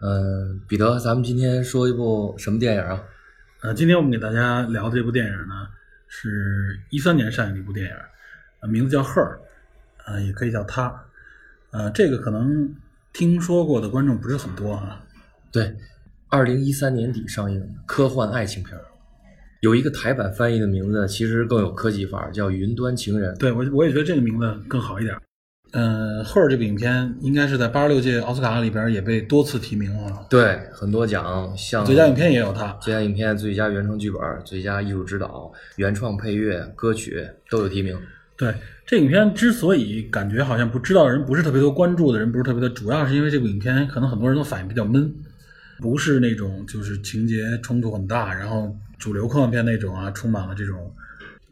嗯，彼得，咱们今天说一部什么电影啊？呃，今天我们给大家聊的这部电影呢，是一三年上映的一部电影，呃、名字叫《Her》，呃，也可以叫她。呃，这个可能听说过的观众不是很多啊。对，二零一三年底上映的科幻爱情片儿，有一个台版翻译的名字，其实更有科技范儿，叫《云端情人》。对我，我也觉得这个名字更好一点。呃，《Her》这部影片应该是在八十六届奥斯卡里边也被多次提名啊，对，很多奖，像最佳影片也有它。最佳影片、最佳原创剧本、最佳艺术指导、原创配乐、歌曲都有提名。对，这影片之所以感觉好像不知道的人不是特别多，关注的人不是特别多，主要是因为这部影片可能很多人都反应比较闷，不是那种就是情节冲突很大，然后主流科幻片那种啊，充满了这种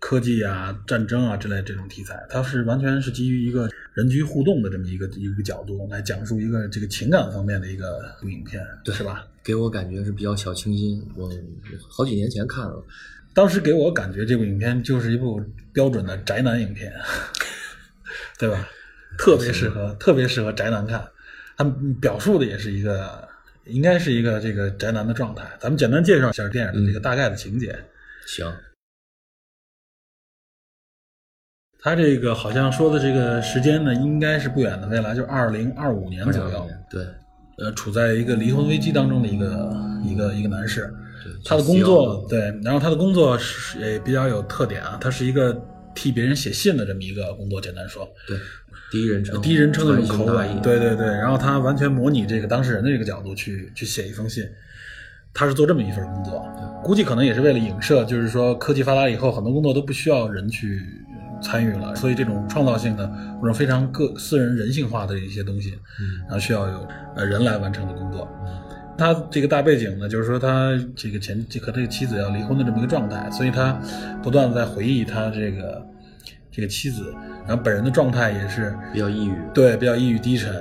科技啊、战争啊之类这种题材，它是完全是基于一个人机互动的这么一个一个角度来讲述一个这个情感方面的一个部影片，对是吧？给我感觉是比较小清新。我好几年前看了，当时给我感觉这部影片就是一部标准的宅男影片， 对吧？特别适合，特别适合宅男看。它表述的也是一个，应该是一个这个宅男的状态。咱们简单介绍一下电影的这个大概的情节。行，它这个好像说的这个时间呢，应该是不远的未来，就二零二五年左右。对呃，处在一个离婚危机当中的一个一个一个男士，对，他的就工西奥作对，然后他的工作是也比较有特点啊，他是一个替别人写信的这么一个工作，简单说，对第一人称，第一人称的这哦传种口情吻达意，对对对，然后他完全模拟这个当事人的这个角度去去写一封信，他是做这么一份工作，估计可能也是为了影射，就是说科技发达以后，很多工作都不需要人去参与了，所以这种创造性的或者非常个私人人性化的一些东西，嗯然后需要有呃人来完成的工作。他这个大背景呢，就是说他这个前这和这个妻子要离婚的这么一个状态，所以他不断的在回忆他这个这个妻子，然后本人的状态也是比较抑郁。对，比较抑郁低沉，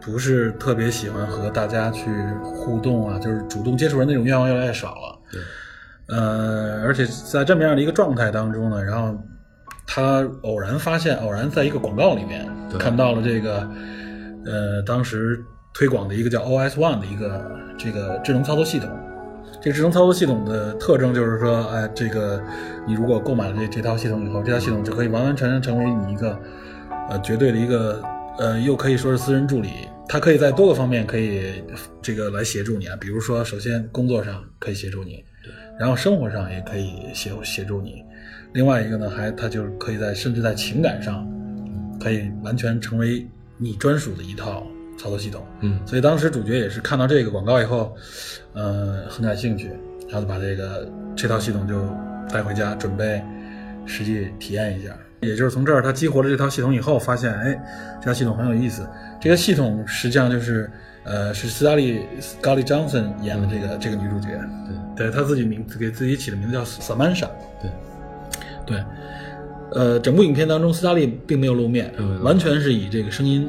不是特别喜欢和大家去互动啊，就是主动接触人那种愿望越来越少了。对，呃，而且在这么样的一个状态当中呢，然后他偶然发现，偶然在一个广告里面对看到了这个，呃，当时推广的一个叫 OS One 的一个这个智能操作系统。这个智能操作系统的特征就是说，哎，这个你如果购买了这这套系统以后，这套系统就可以完完全全成为你一个呃绝对的一个呃，又可以说是私人助理，它可以在多个方面可以这个来协助你啊，比如说，首先工作上可以协助你，然后生活上也可以协协助你，另外一个呢，还它就是可以在甚至在情感上，可以完全成为你专属的一套操作系统。嗯，所以当时主角也是看到这个广告以后，呃，很感兴趣，然后就把这个这套系统就带回家，准备实际体验一下。也就是从这儿，他激活了这套系统以后，发现，哎，这套系统很有意思。这个系统实际上就是，呃，是斯嘉丽斯嘉丽·张森演的这个、这个女主角，对，她自己名字给自己起的名字叫 Samantha，对对，呃，整部影片当中，斯嘉丽并没有露面嗯，完全是以这个声音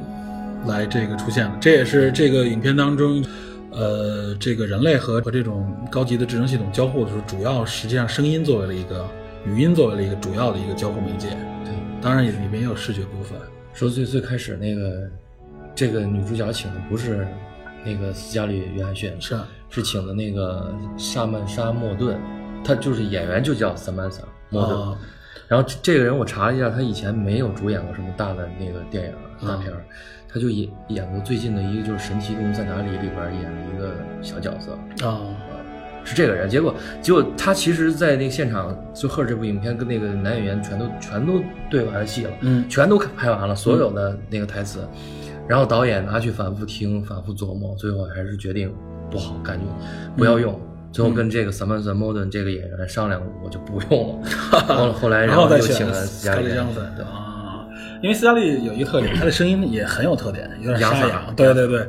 来这个出现的。这也是这个影片当中，呃，这个人类和和这种高级的智能系统交互的时候，主要实际上声音作为了一个语音作为了一个主要的一个交互媒介。对对。当然，也里面也有视觉部分。说最最开始那个，这个女主角请的不是那个斯嘉丽·约翰逊，是啊，是请的那个萨曼莎·莫顿，她就是演员就叫 Samantha 莫顿。啊然后这这个人我查了一下，他以前没有主演过什么大的那个电影啊嗯大片儿，他就演演过最近的一个就是《神奇动物在哪里》里边演了一个小角色。啊，是这个人，结果结果他其实，在那个现场就《赫》这部影片跟那个男演员全都全都对完戏了，嗯全都拍完了所有的那个台词，然后导演拿去反复听、反复琢磨，最后还是决定不好，感觉不要用。最后跟这个 Samantha Modern 这个演员商量过，我就不用 了。后后来，然后再又选请了了斯嘉丽丽· ·张森对啊，因为斯嘉丽有一个特点，她的声音也很有特点，有点沙哑哑嗓，对对对。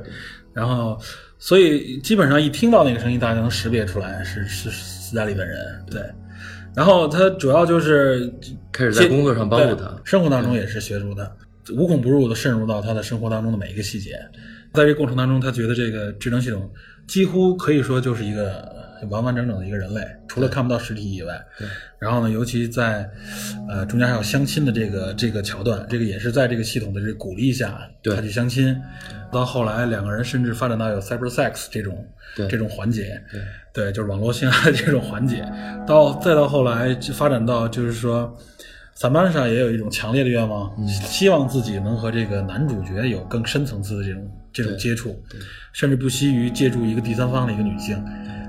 然后所以基本上一听到那个声音，大家能识别出来是是是斯嘉丽本人。对，然后他主要就是开始在工作上帮助他对，生活当中也是协助他，无孔不入的渗入到他的生活当中的每一个细节。在这个过程当中，他觉得这个智能系统几乎可以说就是一个完完整整的一个人类，除了看不到实体以外。然后呢，尤其在呃中间还有相亲的这个这个桥段，这个也是在这个系统的这个鼓励下，对他去相亲。到后来，两个人甚至发展到有 cyber sex 这种对这种环节，对就是网络性爱这种环节。到再到后来，就发展到就是说，萨曼莎也有一种强烈的愿望，希望自己能和这个男主角有更深层次的这种这种接触，甚至不惜于借助一个第三方的一个女性，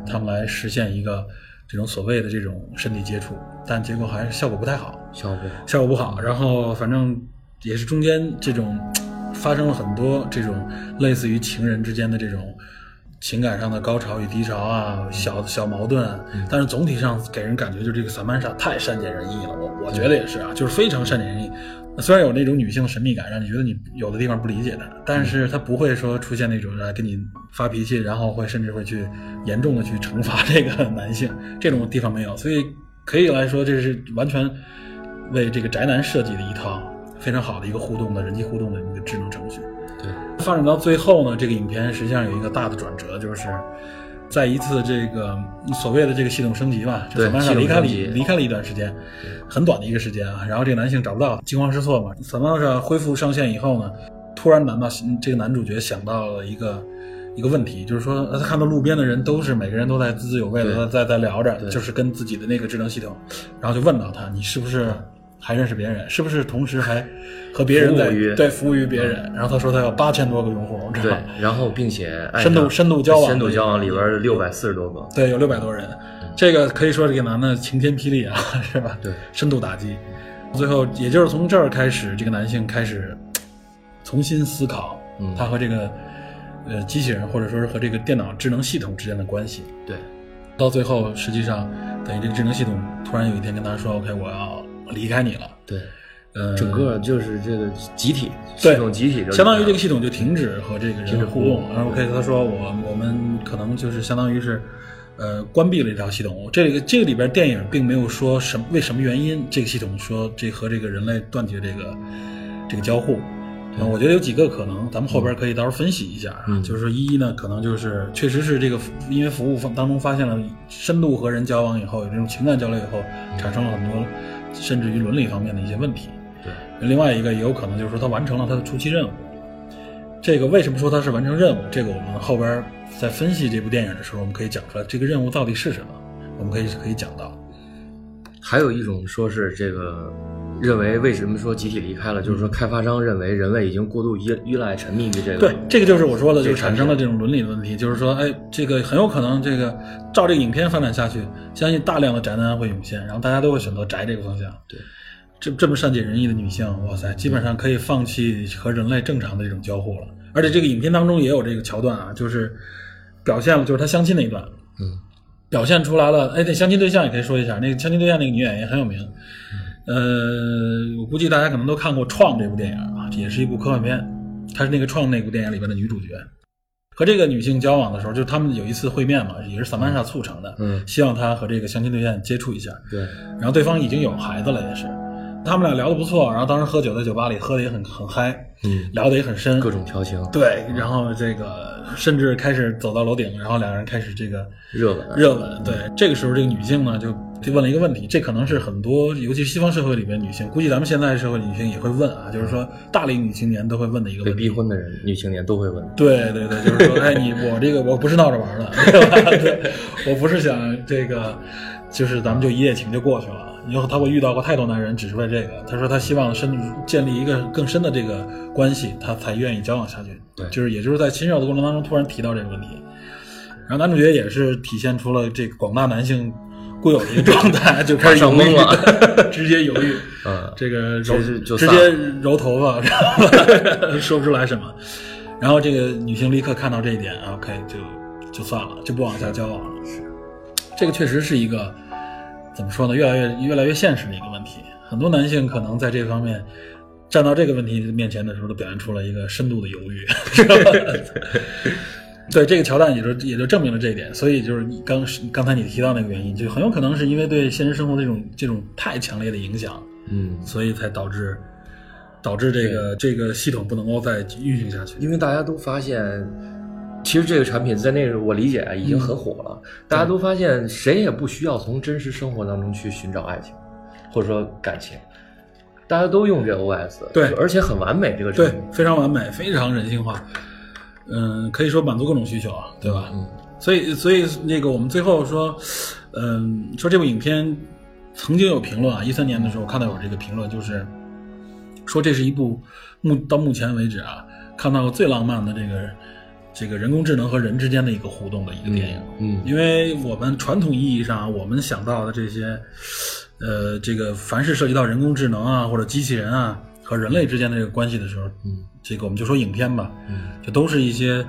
他们来实现一个这种所谓的这种身体接触，但结果还是效果不太好。效果效果不好，然后反正也是中间这种嘖发生了很多这种类似于情人之间的这种情感上的高潮与低潮啊，小小矛盾啊，但是总体上给人感觉就这个萨曼莎太善解人意了，我我觉得也是啊，就是非常善解人意。虽然有那种女性的神秘感，让你觉得你有的地方不理解她，但是她不会说出现那种来跟你发脾气，然后会甚至会去严重的去惩罚这个 男性，这种地方没有，所以可以来说这是完全为这个宅男设计的一套非常好的一个互动的人际互动的一个智能程序。对发展到最后呢，这个影片实际上有一个大的转折，就是在一次这个所谓的这个系统升级吧，就对萨曼莎离系统开升了级离开了一段时间，很短的一个时间啊。然后这个男性找不到，惊慌失措嘛。萨曼莎恢复上线以后呢，突然难道这个男主角想到了一个。一个问题就是说，呃他看到路边的人都是每个人都在孜孜有味的对在在在聊着，对就是跟自己的那个智能系统，然后就问到他，你是不是还认识别人？是不是同时还和别人在服务于嗯对服务于别人？然后他说他有八千多个用户，这对，然后并且爱深度上深度交往深度交往里边六百四十多个，对有六百多人，这个可以说这个男的晴天霹雳啊， 是吧？对，深度打击。最后，也就是从这儿开始，这个男性开始嘖重新思考嗯他和这个、呃机器人，或者说是和这个电脑智能系统之间的关系。对到最后，实际上等于这个智能系统突然有一天跟他说：“OK，我要离开你了。对，”呃，整个就是这个集体对系统集体就相当于这个样系统就停止和这个人互动。然后 OK，他说我我们可能就是相当于是，呃，关闭了这条系统。这个这个里边电影并没有说什么为什么原因这个系统说这和这个人类断绝这个这个交互。嗯，我觉得有几个可能，咱们后边可以到时候分析一下啊。嗯就是说，一呢，可能就是确实是这个服，因为服务方当中发现了深度和人交往以后，有这种情感交流以后，产生了很多甚至于伦理方面的一些问题。对另外一个也有可能就是说他完成了他的初期任务。这个为什么说他是完成任务？这个我们后边在分析这部电影的时候，我们可以讲出来这个任务到底是什么，我们可以可以讲到。还有一种说是这个认为为什么说集体离开了，就是说开发商认为人类已经过度依依赖沉迷于这个对，这个就是我说的，就这个是产生了这种伦理的问题，就是说，哎，这个很有可能这个照这个影片发展下去，相信大量的宅男会涌现，然后大家都会选择宅这个方向。对，这这么善解人意的女性，哇塞，基本上可以放弃和人类正常的这种交互了。而且这个影片当中也有这个桥段啊，就是表现了就是她相亲那一段，嗯，表现出来了。哎，那相亲对象也可以说一下，那个相亲对象那个女演员很有名，嗯呃，我估计大家可能都看过《创》这部电影啊，这也是一部科幻片，她是那个《创》那部电影里边的女主角。和这个女性交往的时候，就他们有一次会面嘛，也是萨曼莎促成的，嗯希望她和这个相亲对象接触一下，对然后对方已经有孩子了，也是，他们俩聊得不错，然后当时喝酒在酒吧里喝的也很很嗨，嗯聊得也很深，各种调情对，然后这个甚至开始走到楼顶，然后两人开始这个热吻热吻。对，这个时候这个女性呢就就问了一个问题，这可能是很多尤其西方社会里面女性，估计咱们现在社会女性也会问啊，就是说大龄女青年都会问的一个被问题。逼婚的人女青年都会问，对对对，就是说，哎，你我这个我不是闹着玩 儿的，对吧？对，我不是想这个，就是咱们就一夜情就过去了。因后他会遇到过太多男人，只是为这个。他说他希望深建立一个更深的这个关系，他才愿意交往下去。对就是也就是在亲热的过程当中，突然提到这个问题，然后男主角也是体现出了这个广大男性固有的一个 状态，就开始上犹豫 懵了，直接犹豫。嗯，这个揉直接就直散接揉头发， 然后说不出来什么。然后这个女性立刻看到这一点，OK，就就算了，就不往下交往了。是，这个确实是一个怎么说呢，越来越越来越现实的一个问题。很多男性可能在这方面站到这个问题面前的时候，都表现出了一个深度的犹豫。是吧 对这个桥段也就也就证明了这一点，所以就是你刚刚才你提到那个原因，就很有可能是因为对现实生活的这种这种太强烈的影响，嗯，所以才导致导致这个这个系统不能够再运行下去。因为大家都发现，其实这个产品在那个我理解啊已嗯经很火了，大家都发现谁也不需要从真实生活当中去寻找爱情，或者说感情，大家都用这个 OS，对而且很完美这个产对品，，非常完美，非常人性化，嗯，可以说满足各种需求啊，对吧？嗯，所以，所以那个我们最后说，嗯，说这部影片曾经有评论啊，一三年的时候看到有这个评论，就是说这是一部目到目前为止啊，看到最浪漫的这个这个人工智能和人之间的一个互动的一个电影。嗯，因为我们传统意义上，我们想到的这些，呃，这个凡是涉及到人工智能啊，或者机器人啊和人类之间的这个关系的时候，嗯，这个我们就说影片吧，嗯，就都是一些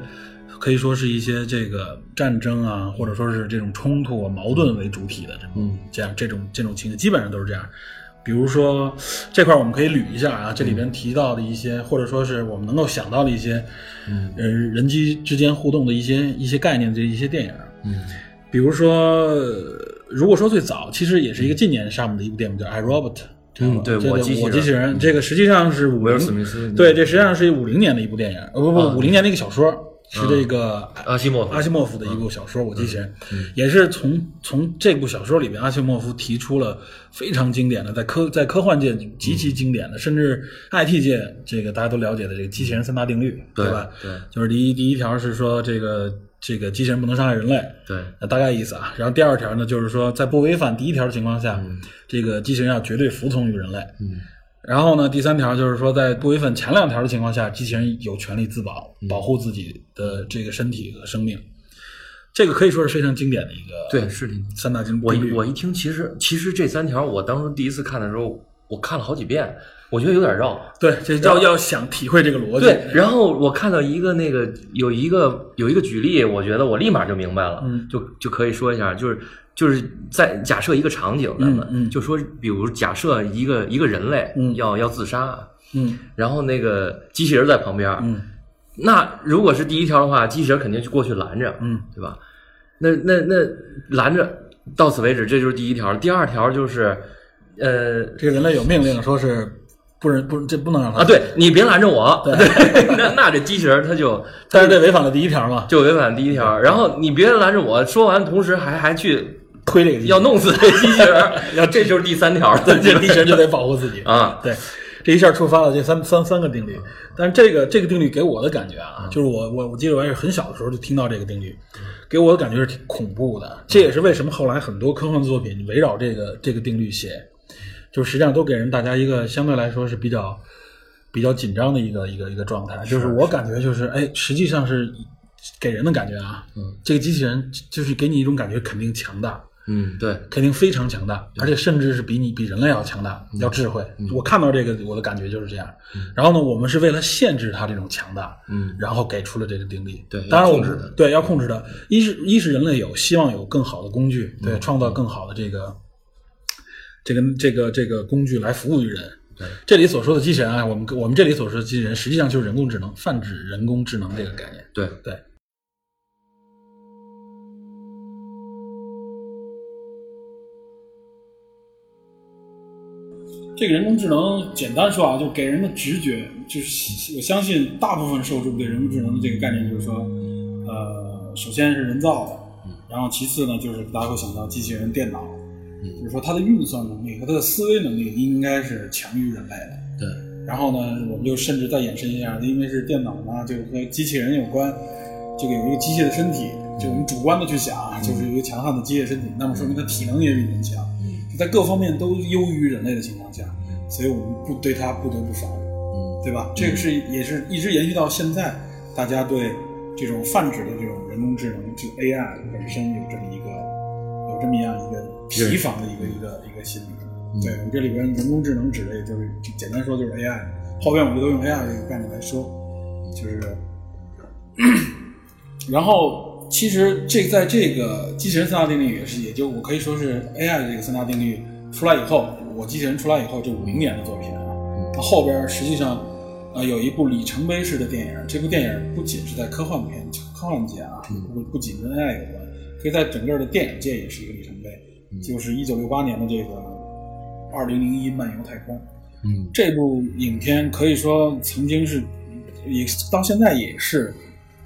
可以说是一些这个战争啊，或者说是这种冲突啊、矛盾为主体的这种、嗯这样这种这种情景，基本上都是这样。比如说这块儿我们可以捋一下啊，这里边提到的一些，或者说是我们能够想到的一些，嗯呃，人机之间互动的一些一些概念的一些电影。嗯比如说，呃如果说最早，其实也是一个近年上面的一部电影叫《I Robot》，知道吧嗯对这个我我机器人器人，这个实际上是五威尔史零，密斯，嗯对，这实际上是五零年的一部电影，呃不嗯啊不，五零年的一个小说，是这个阿西莫夫阿西莫夫的一部小说《我机器人》，嗯也是从从这部小说里边，阿西莫夫提出了非常经典的，在科在科幻界极其经典的，嗯甚至 IT 界这个大家都了解的这个机器人三大定律，对吧？对就是第一第一条是说这个这个机器人不能伤害人类，对呃，大概意思啊。然后第二条呢，就是说在不违反第一条的情况下，嗯这个机器人要绝对服从于人类。嗯然后呢，第三条就是说，在不违反前两条的情况下，机器人有权利自保，嗯保护自己的这个身体和生命。这个可以说是非常经典的一个对是的。三大经我定律一我一听，其实其实这三条，我当时第一次看的时候，我看了好几遍，我觉得有点绕。对，这要要想体会这个逻辑，对，然后我看到一个那个有一个有一个举例，我觉得我立马就明白了，嗯就就可以说一下，就是就是在假设一个场景，咱们、嗯嗯就说，比如假设一个一个人类嗯要、要自杀，嗯然后那个机器人在旁边，嗯那如果是第一条的话，机器人肯定就过去拦着，嗯，对吧？那那那拦着，到此为止，这就是第一条。第二条就是，呃，这个人类有命令说是不能不这不能让他啊，，对你别拦着我，对 那那这机器人它就但是这违反了第一条嘛，就违反第一条，然后你别拦着我，说完同时还还去推这个机器人要弄死这机器人，要这就是第三条了，这机器人就得保护自己啊，对，这一下触发了这三三三个定律。但是这个这个定律给我的感觉啊，就是我我我记得我也是很小的时候就听到这个定律，给我的感觉是挺恐怖的。这也是为什么后来很多科幻作品围绕这个这个定律写，就实际上都给人大家一个相对来说是比较比较紧张的一个一个一个状态。就是我感觉就是哎，实际上是给人的感觉啊，嗯，这个机器人就是给你一种感觉肯定强大，嗯，对，肯定非常强大，嗯而且甚至是比你比人类要强大，要智慧。我看到这个，我的感觉就是这样。然后呢，我们是为了限制它这种强大，嗯，然后给出了这个定律。对当然要我控制们它对要控制它，一是一是人类有希望有更好的工具，嗯对，创造更好的这个这个这个这个工具来服务于人。对，这里所说的机器人啊，我们我们这里所说的机器人，实际上就是人工智能，泛指人工智能这个概念。对，对。这个人工智能，简单说啊，就给人的直觉，就是我相信大部分受众对人工智能的这个概念，就是说，呃，首先是人造的，然后其次呢，就是大家会想到机器人、电脑，就是说它的运算能力和它的思维能力应该是强于人类的。对，然后呢，我们就甚至再延伸一下，因为是电脑嘛，这个和机器人有关，这个有一个机械的身体，就我们主观的去想啊，就是有一个强悍的机械身体，那么说明它体能也比人强，就在各方面都优于人类的情况下，所以我们不对它不得不防，嗯，对吧？这个是也是一直延续到现在，大家对这种泛指的这种人工智能，这个 AI 本身有这么一个有这么样一个嗯提防的一个一个一个心理。对，我们这里边人工智能指的也就是简单说就是 AI，后边我们就用 AI 这个概念来说，就是， 然后其实这在这个机器人三大定律也是，也就我可以说是 AI 这个三大定律出来以后，我机器人出来以后，这五零年的作品啊，那后边实际上，呃，有一部里程碑式的电影，这部电影不仅是在科幻片、看见啊，嗯不不仅跟爱有关，所以在整个的电影界也是一个里程碑，嗯就是一九六八年的这个《二零零一漫游太空》嗯这部影片，可以说曾经是，也到现在也是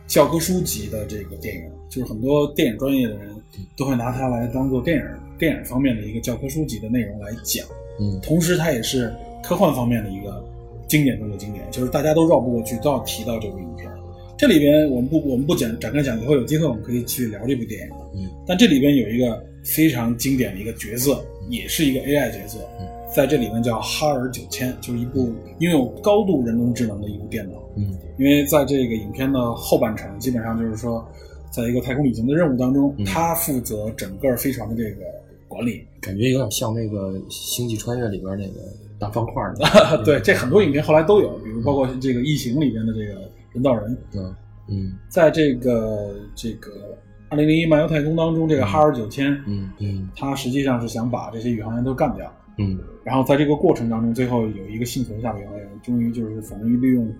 教科书级的这个电影，就是很多电影专业的人都会拿它来当做电影电影方面的一个教科书级的内容来讲。嗯同时它也是科幻方面的一个经典中的经典，就是大家都绕不过去，都要提到这部影片。这里边我们不我们不展展开讲，以后有机会我们可以去聊这部电影。嗯，但这里边有一个非常经典的一个角色，也是一个 AI 角色，嗯在这里面叫哈尔九千，就是一部拥有高度人工智能的一部电脑。嗯因为在这个影片的后半程，基本上就是说，在一个太空旅行的任务当中，嗯他负责整个飞船的这个管理。感觉有点像那个《星际穿越》里边那个大方 块儿的，啊，对，这很多影片后来都有，比如包括这个《异形》里面的这个人造人，嗯嗯在这个这个二零零一漫游太空当中，这个哈尔九千，嗯嗯它实际上是想把这些宇航员都干掉，嗯然后在这个过程当中，最后有一个幸存下的宇航员，终于就是反正利用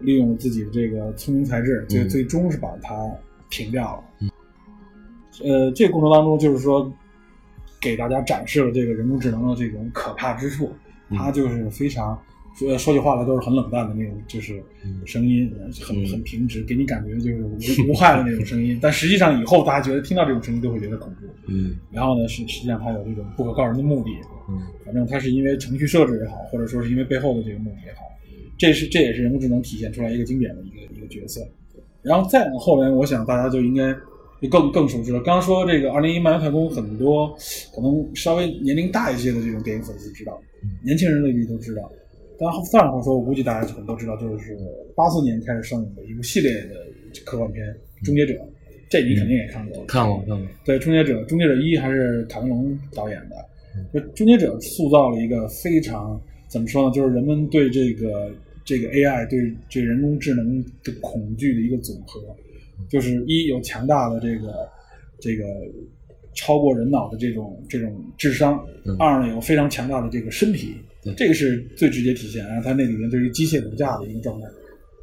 利用自己的这个聪明才智，最、嗯最终是把它停掉了。呃，这个过程当中就是说，给大家展示了这个人工智能的这种可怕之处，嗯它就是非常。说说起话来都是很冷淡的那种，就是嗯声音很嗯很平直，给你感觉就是无无害的那种声音。但实际上以后大家觉得听到这种声音都会觉得恐怖。嗯然后呢，是实际上它有这种不可告人的目的，嗯反正它是因为程序设置也好，或者说是因为背后的这个目的也好，这是这也是人工智能体现出来一个经典的一个一个角色。然后再往后面，我想大家就应该就更更熟知了。刚刚说这个《二零一漫游太空》，很多可能稍微年龄大一些的这种电影粉丝知道，嗯年轻人未必都知道。但后再往后说，我估计大家可能都知道，就是八四年开始上映的一部系列的科幻片《终结者》，这你肯定也看过。嗯看过看过，对《终结者》，《终结者一》还是卡梅隆导演的嗯。就《终结者》塑造了一个非常怎么说呢，就是人们对这个这个 AI 对这个人工智能的恐惧的一个总和。嗯就是一有强大的这个这个超过人脑的这种这种智商嗯，二呢有非常强大的这个身体对，这个是最直接体现。然后它那里面对于机械骨架的一个状态，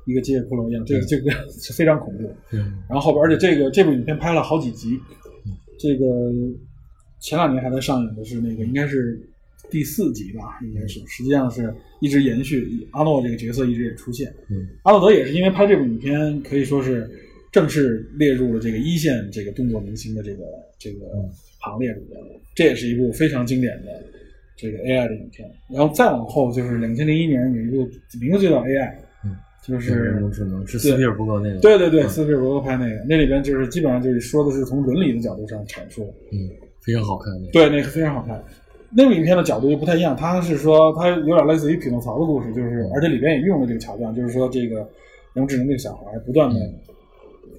一个机械骷髅一样，这个这个 是非常恐怖。嗯然后后边，而且这个这部影片拍了好几集，这个前两年还在上映的是那个，应该是第四集吧，应该是，实际上是一直延续阿诺这个角色一直也出现。嗯阿诺德也是因为拍这部影片，可以说是正式列入了这个一线这个动作明星的这个这个嗯行列里边。这也是一部非常经典的这个 AI 的影片。然后再往后就是两千零一年有一部名字就叫 AI，嗯，就是人工智能是斯皮尔伯格那个，对对对，嗯斯皮尔伯格拍那个，那里边就是基本上就是说的是从伦理的角度上阐述，嗯，非常好看那个，对，那个非常好看。那部影片的角度又不太一样，它是说它有点类似于匹诺曹的故事，就是而且里边也运用了这个桥段，就是说这个人工智能这个小孩不断的嗯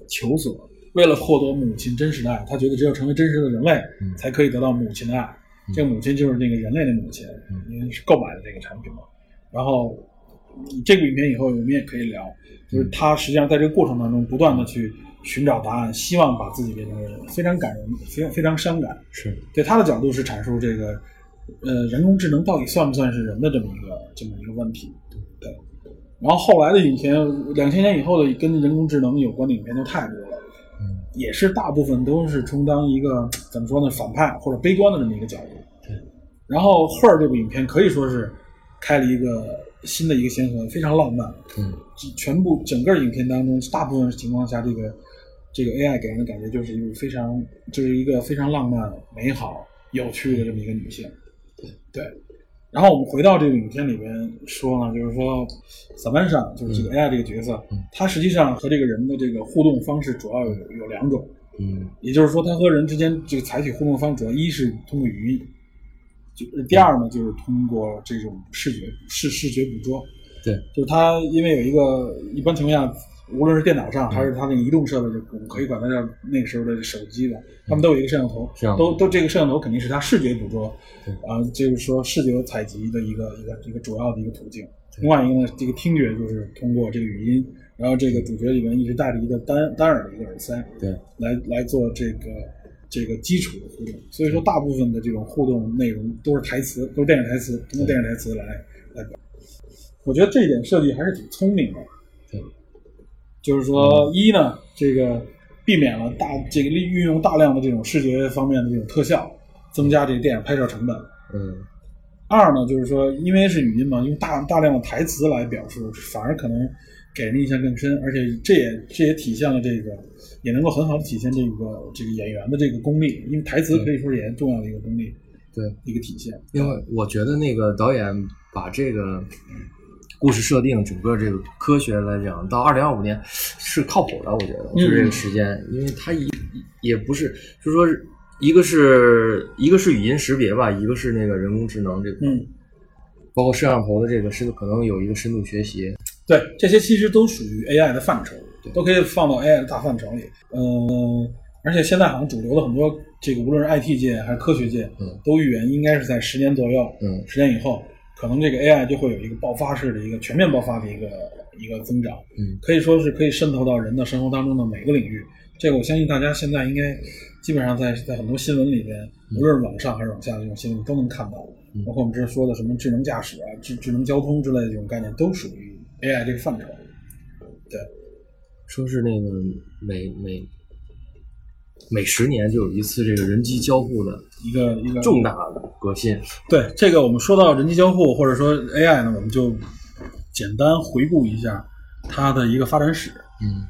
求索，为了获得母亲真实的爱，他觉得只有成为真实的人类嗯才可以得到母亲的爱。嗯这个母亲就是那个人类的母亲，嗯因为是购买的这个产品嘛。然后嗯这个影片以后我们也可以聊，嗯就是他实际上在这个过程当中不断的去寻找答案，希望把自己变成人，非常感人，非常非常伤感。是，对他的角度是阐述这个，呃，人工智能到底算不算是人的这么一个这么一个问题。对。然后后来的影片，两千年以后的跟人工智能有关的影片就太多了，嗯也是大部分都是充当一个怎么说呢，反派或者悲观的这么一个角度。对。然后《赫尔》这部影片可以说是开了一个新的一个先河，非常浪漫。嗯全部整个影片当中，大部分情况下，这个这个 AI 给人的感觉就是一个非常就是一个非常浪漫、美好、有趣的这么一个女性。对，然后我们回到这个影片里边说呢，就是说萨曼莎就是这个 AI 这个角色，嗯她实际上和这个人的这个互动方式主要有有两种，嗯也就是说，它和人之间这个采取互动方主要一是通过语音，就第二呢就是通过这种视觉视视觉捕捉。对，就是它因为有一个一般情况下，无论是电脑嗯上还是它那个移动设备，就我们可以管它叫那个时候的手机吧，他们都有一个摄像头嗯摄像，头都都这个摄像头肯定是它视觉捕捉对，啊、就是说视觉采集的一个一个一个主要的一个途径。对另外一个呢，这个听觉就是通过这个语音，然后这个主角里面一直戴着一个单单耳的一个耳塞，对，来来做这个这个基础的互动。所以说，大部分的这种互动内容都是台词，都是电影台词，通过电影台词来来表。我觉得这一点设计还是挺聪明的。对，就是说，一呢，这个避免了大这个利运用大量的这种视觉方面的这种特效，增加这个电影拍摄成本。嗯二呢，就是说，因为是语音嘛，用大大量的台词来表述，反而可能给人印象更深，而且这也这也体现了这个，也能够很好的体现这个这个演员的这个功力，因为台词可以说是演员重要的一个功力，对，一个体现。因为我觉得那个导演把这个故事设定，整个这个科学来讲，到二零二五年是靠谱的，我觉得就嗯这个时间，因为它一也不是，就是说是一个是一个是语音识别吧，一个是那个人工智能这个，嗯，包括摄像头的这个深度，可能有一个深度学习，对，这些其实都属于 AI 的范畴对，都可以放到 AI 的大范畴里。嗯，而且现在好像主流的很多这个，无论是 IT 界还是科学界，嗯都预言应该是在十年左右，嗯十年以后，可能这个 AI 就会有一个爆发式的一个全面爆发的一个一个增长，嗯，可以说是可以渗透到人的生活当中的每个领域。这个我相信大家现在应该基本上在在很多新闻里边，无论是网上还是网下这种新闻都能看到，嗯包括我们之前说的什么智能驾驶啊、智智能交通之类的这种概念，都属于 AI 这个范畴。说是那个每每每十年就有一次这个人机交互的一个一个重大的革新，对这个，我们说到人机交互或者说 AI 呢，我们就简单回顾一下它的一个发展史。嗯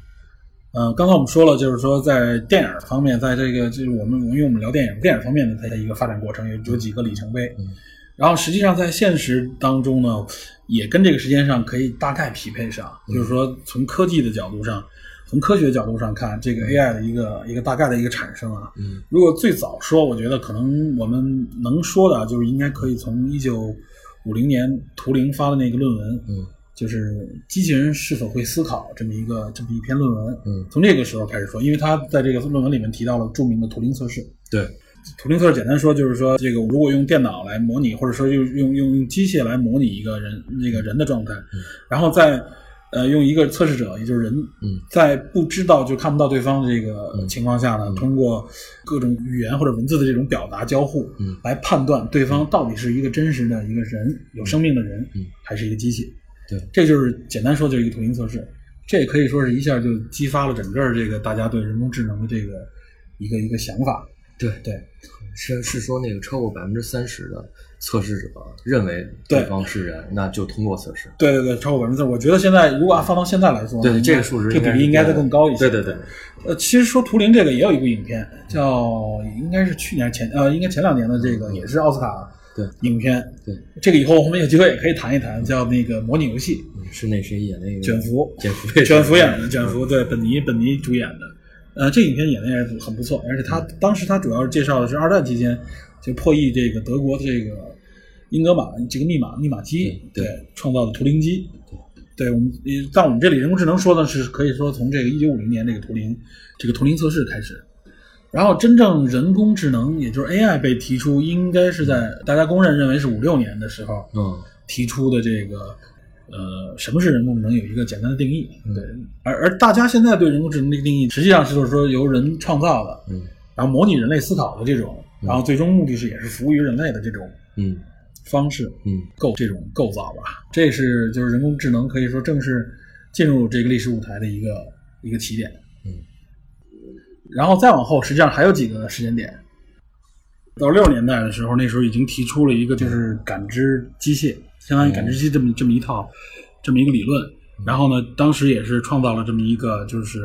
呃，刚才我们说了，就是说在电影方面，在这个就是我们因为我们聊电影，电影方面的它的一个发展过程有有几个里程碑。嗯然后实际上在现实当中呢，也跟这个时间上可以大概匹配上，嗯就是说从科技的角度上，从科学角度上看，这个 AI 的一个一个大概的一个产生啊，嗯如果最早说，我觉得可能我们能说的啊，就是应该可以从一九五零年图灵发的那个论文，嗯，就是机器人是否会思考这么一个这么一篇论文，嗯，从这个时候开始说，因为他在这个论文里面提到了著名的图灵测试，对，图灵测试简单说就是说，这个如果用电脑来模拟，或者说用用用用机械来模拟一个人那个人的状态，然后再呃用一个测试者，也就是人，嗯在不知道就看不到对方的这个情况下呢，嗯通过各种语言或者文字的这种表达交互，嗯来判断对方到底是一个真实的一个人，有生命的人，嗯还是一个机器。对这就是简单说就是一个图灵测试，这也可以说是一下就激发了整个这个大家对人工智能的这个一个一个想法。对对，是是说那个超过百分之三十的测试者认为对方是人，那就通过测试。对对对，超过百分之四。我觉得现在如果按放到现在来说，对，这个数值这比例应该再更高一些。对对对，呃，其实说图灵这个也有一部影片，叫应该是去年前呃，应该前两年的这个也是奥斯卡对影片。对，这个以后我们有机会也可以谈一谈，叫那个模拟游戏，嗯是那谁演那个卷福卷福也卷福演的，卷福对本尼本尼主演的。呃，这影片演的也是很不错，而且他当时他主要是介绍的是二战期间就破译这个德国的这个英格玛这个密码密码机对对创造的图灵机。对我们，呃但我们这里人工智能说的是，可以说从这个一九五零年这个图灵这个图灵测试开始，然后真正人工智能，也就是 AI 被提出，应该是在大家公认认为是五六年的时候嗯提出的这个，呃，什么是人工智能有一个简单的定义。嗯对，而而大家现在对人工智能的定义，实际上是就是说由人创造的，嗯然后模拟人类思考的这种，嗯然后最终目的是也是服务于人类的这种嗯方式。嗯构这种构造吧。这是就是人工智能可以说正式进入这个历史舞台的一个一个起点。嗯，然后再往后，实际上还有几个时间点。到六十年代的时候，那时候已经提出了一个就是感知机械，相当于感知机这么这么一套这么一个理论。然后呢，当时也是创造了这么一个就是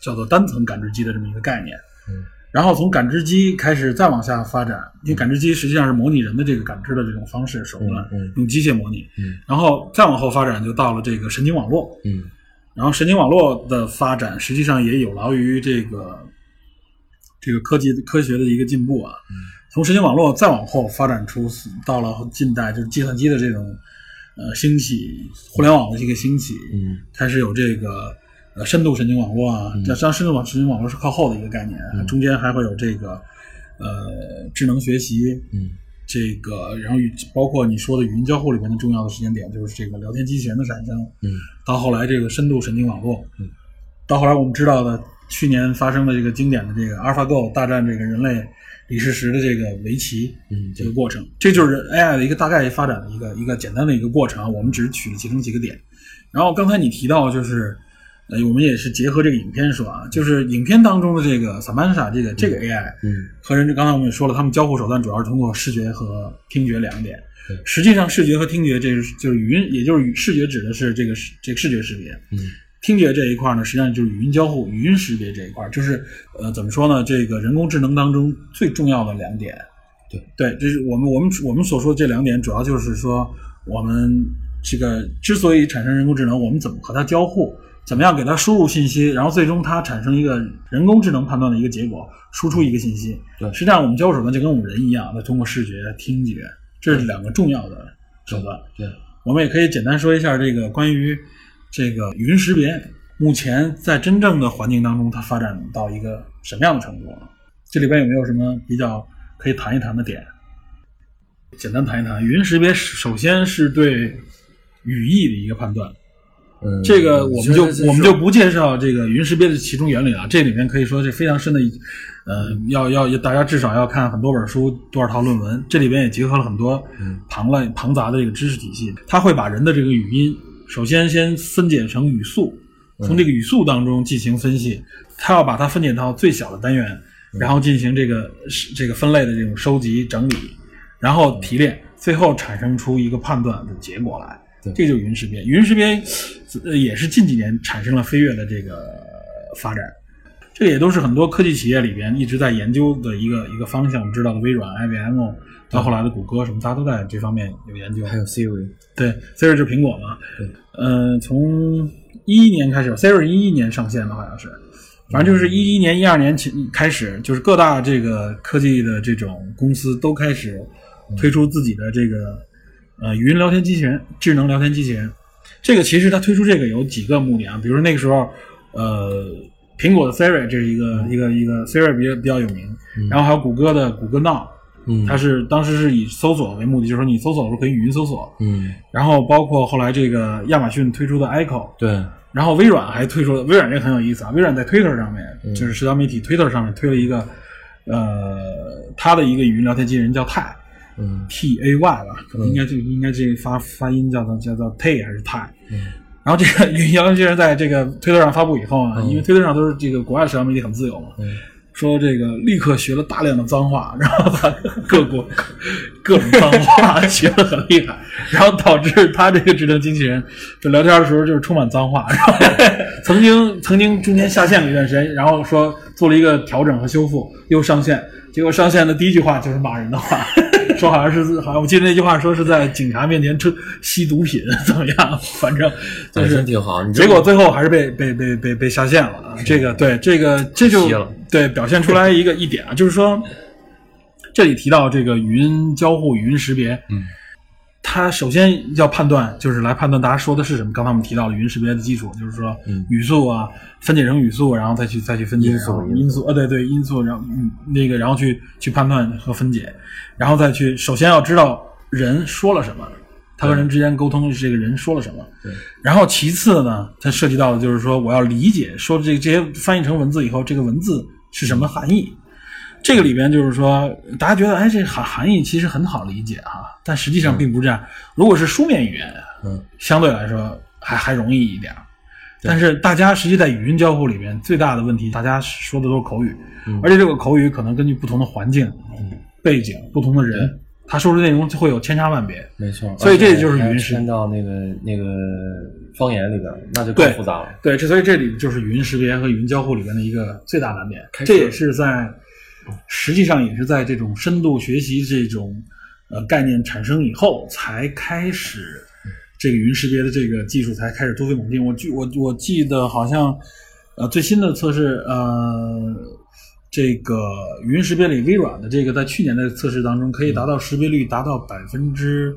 叫做单层感知机的这么一个概念。嗯然后从感知机开始再往下发展，因为感知机实际上是模拟人的这个感知的这种方式手段，嗯嗯用机械模拟。嗯然后再往后发展就到了这个神经网络，嗯然后神经网络的发展实际上也有劳于这个这个科技科学的一个进步啊。嗯从神经网络再往后发展出到了近代，就是计算机的这种呃兴起，互联网的这个兴起，嗯开始有这个呃深度神经网络啊，这实际上深度网神经网络是靠后的一个概念，啊中间还会有这个呃智能学习，嗯这个然后与包括你说的语音交互里面的重要的时间点，就是这个聊天机器人的产生，嗯到后来这个深度神经网络，嗯到后来我们知道的去年发生的这个经典的这个 AlphaGo 大战这个人类李世石的这个围棋，嗯这个过程，这就是 AI 的一个大概发展的一个一个简单的一个过程啊。我们只是取了其中几个点。然后刚才你提到就是，嗯呃，我们也是结合这个影片说啊，就是影片当中的这个萨曼莎这个这个 AI 嗯和人，刚才我们也说了，他们交互手段主要是通过视觉和听觉两点对。实际上，视觉和听觉这是就是语音，也就是语视觉指的是这个视这个视觉识别，嗯听觉这一块呢，实际上就是语音交互、语音识别这一块，就是呃，怎么说呢？这个人工智能当中最重要的两点。对对，这是我们我们我们所说的这两点，主要就是说我们这个之所以产生人工智能，我们怎么和它交互，怎么样给它输入信息，然后最终它产生一个人工智能判断的一个结果，输出一个信息。对实际上我们交互手段就跟我们人一样，那通过视觉、听觉，这是两个重要的手段。对，我们也可以简单说一下这个关于这个语音识别，目前在真正的环境当中，它发展到一个什么样的程度了？这里边有没有什么比较可以谈一谈的点？简单谈一谈，语音识别首先是对语义的一个判断，嗯，这个我们就觉得这是我们就不介绍这个语音识别的其中原理了，啊这里面可以说是非常深的一，呃，要要大家至少要看很多本书、多少套论文，这里边也结合了很多嗯庞乱庞杂的这个知识体系，它会把人的这个语音首先先分解成语速，从这个语速当中进行分析，它要把它分解到最小的单元，嗯然后进行这个是这个分类的这种收集整理，然后嗯提炼，最后产生出一个判断的结果来。对这就是云识别。云识别呃也是近几年产生了飞跃的这个呃发展。这也都是很多科技企业里边一直在研究的一个一个方向。我们知道的微软、IBM，到后来的谷歌什么，大家都在这方面有研究。还有 Siri，对，Siri 就是苹果嘛。对，呃，从一一年开始，Siri 一一年上线的，好像是，反正就是一一年、一二年起开始，就是各大这个科技的这种公司都开始推出自己的这个呃语音聊天机器人、智能聊天机器人。这个其实它推出这个有几个目的啊，比如说那个时候，呃，苹果的 Siri 这是一个、一个一个 Siri 比较比较有名，然后还有谷歌的谷歌 Now，嗯它是当时是以搜索为目的，就是说你搜索的时候可以语音搜索，嗯，然后包括后来这个亚马逊推出的 Echo，对，然后微软还推出了微软这个很有意思啊，微软在 Twitter 上面，嗯就是社交媒体 Twitter 上面推了一个，呃，它的一个语音聊天机器人叫 Tay 嗯 T A Y 吧，可能应该就应该这发发音叫做叫做 Tay 还是 Tay。嗯然后这个语音聊天机器人在这个推特上发布以后啊，嗯因为推特上都是这个国外的社交媒体很自由嘛，嗯说这个立刻学了大量的脏话，然后把各国各种脏话 学得很厉害，然后导致他这个智能机器人就聊天的时候就是充满脏话。然后 曾经曾经中间下线了一段时间，然后说做了一个调整和修复，又上线，结果上线的第一句话就是骂人的话。 说好像是，好像我记得那句话说是在警察面前抽吸毒品怎么样？反正就本是身挺好，你这结果最后还是被被被被被下线了啊！这个对这个这就歇了对表现出来一个一点啊，就是说这里提到这个语音交互、语音识别，嗯，它首先要判断，就是来判断大家说的是什么。刚才我们提到了语音识别的基础，就是说嗯语速啊，分解成语速，然后再去再去分解音速然后音速，呃，对对，音速，然后嗯那个，然后去去判断和分解，然后再去首先要知道人说了什么，他和人之间沟通是这个人说了什么。对，然后其次呢，它涉及到的就是说，我要理解说这这些翻译成文字以后，这个文字是什么含义。这个里边就是说，大家觉得哎，这含含义其实很好理解哈、但实际上并不是这样。如果是书面语言，嗯相对来说还还容易一点儿。但是大家实际在语音交互里面最大的问题，大家说的都是口语，嗯而且这个口语可能根据不同的环境、背景、不同的人，他说的内容就会有千差万别。没错，所以这而且就是还云识牵到那个那个方言里边儿，那就对更复杂了。对，这所以这里就是语音识别和语音交互里面的一个最大难点，开始这也是在实际上也是在这种深度学习这种呃概念产生以后，才开始这个语音识别的这个技术才开始突飞猛进。我记我我记得好像呃最新的测试呃。这个语音识别里，微软的这个在去年的测试当中，可以达到识别率达到百分之，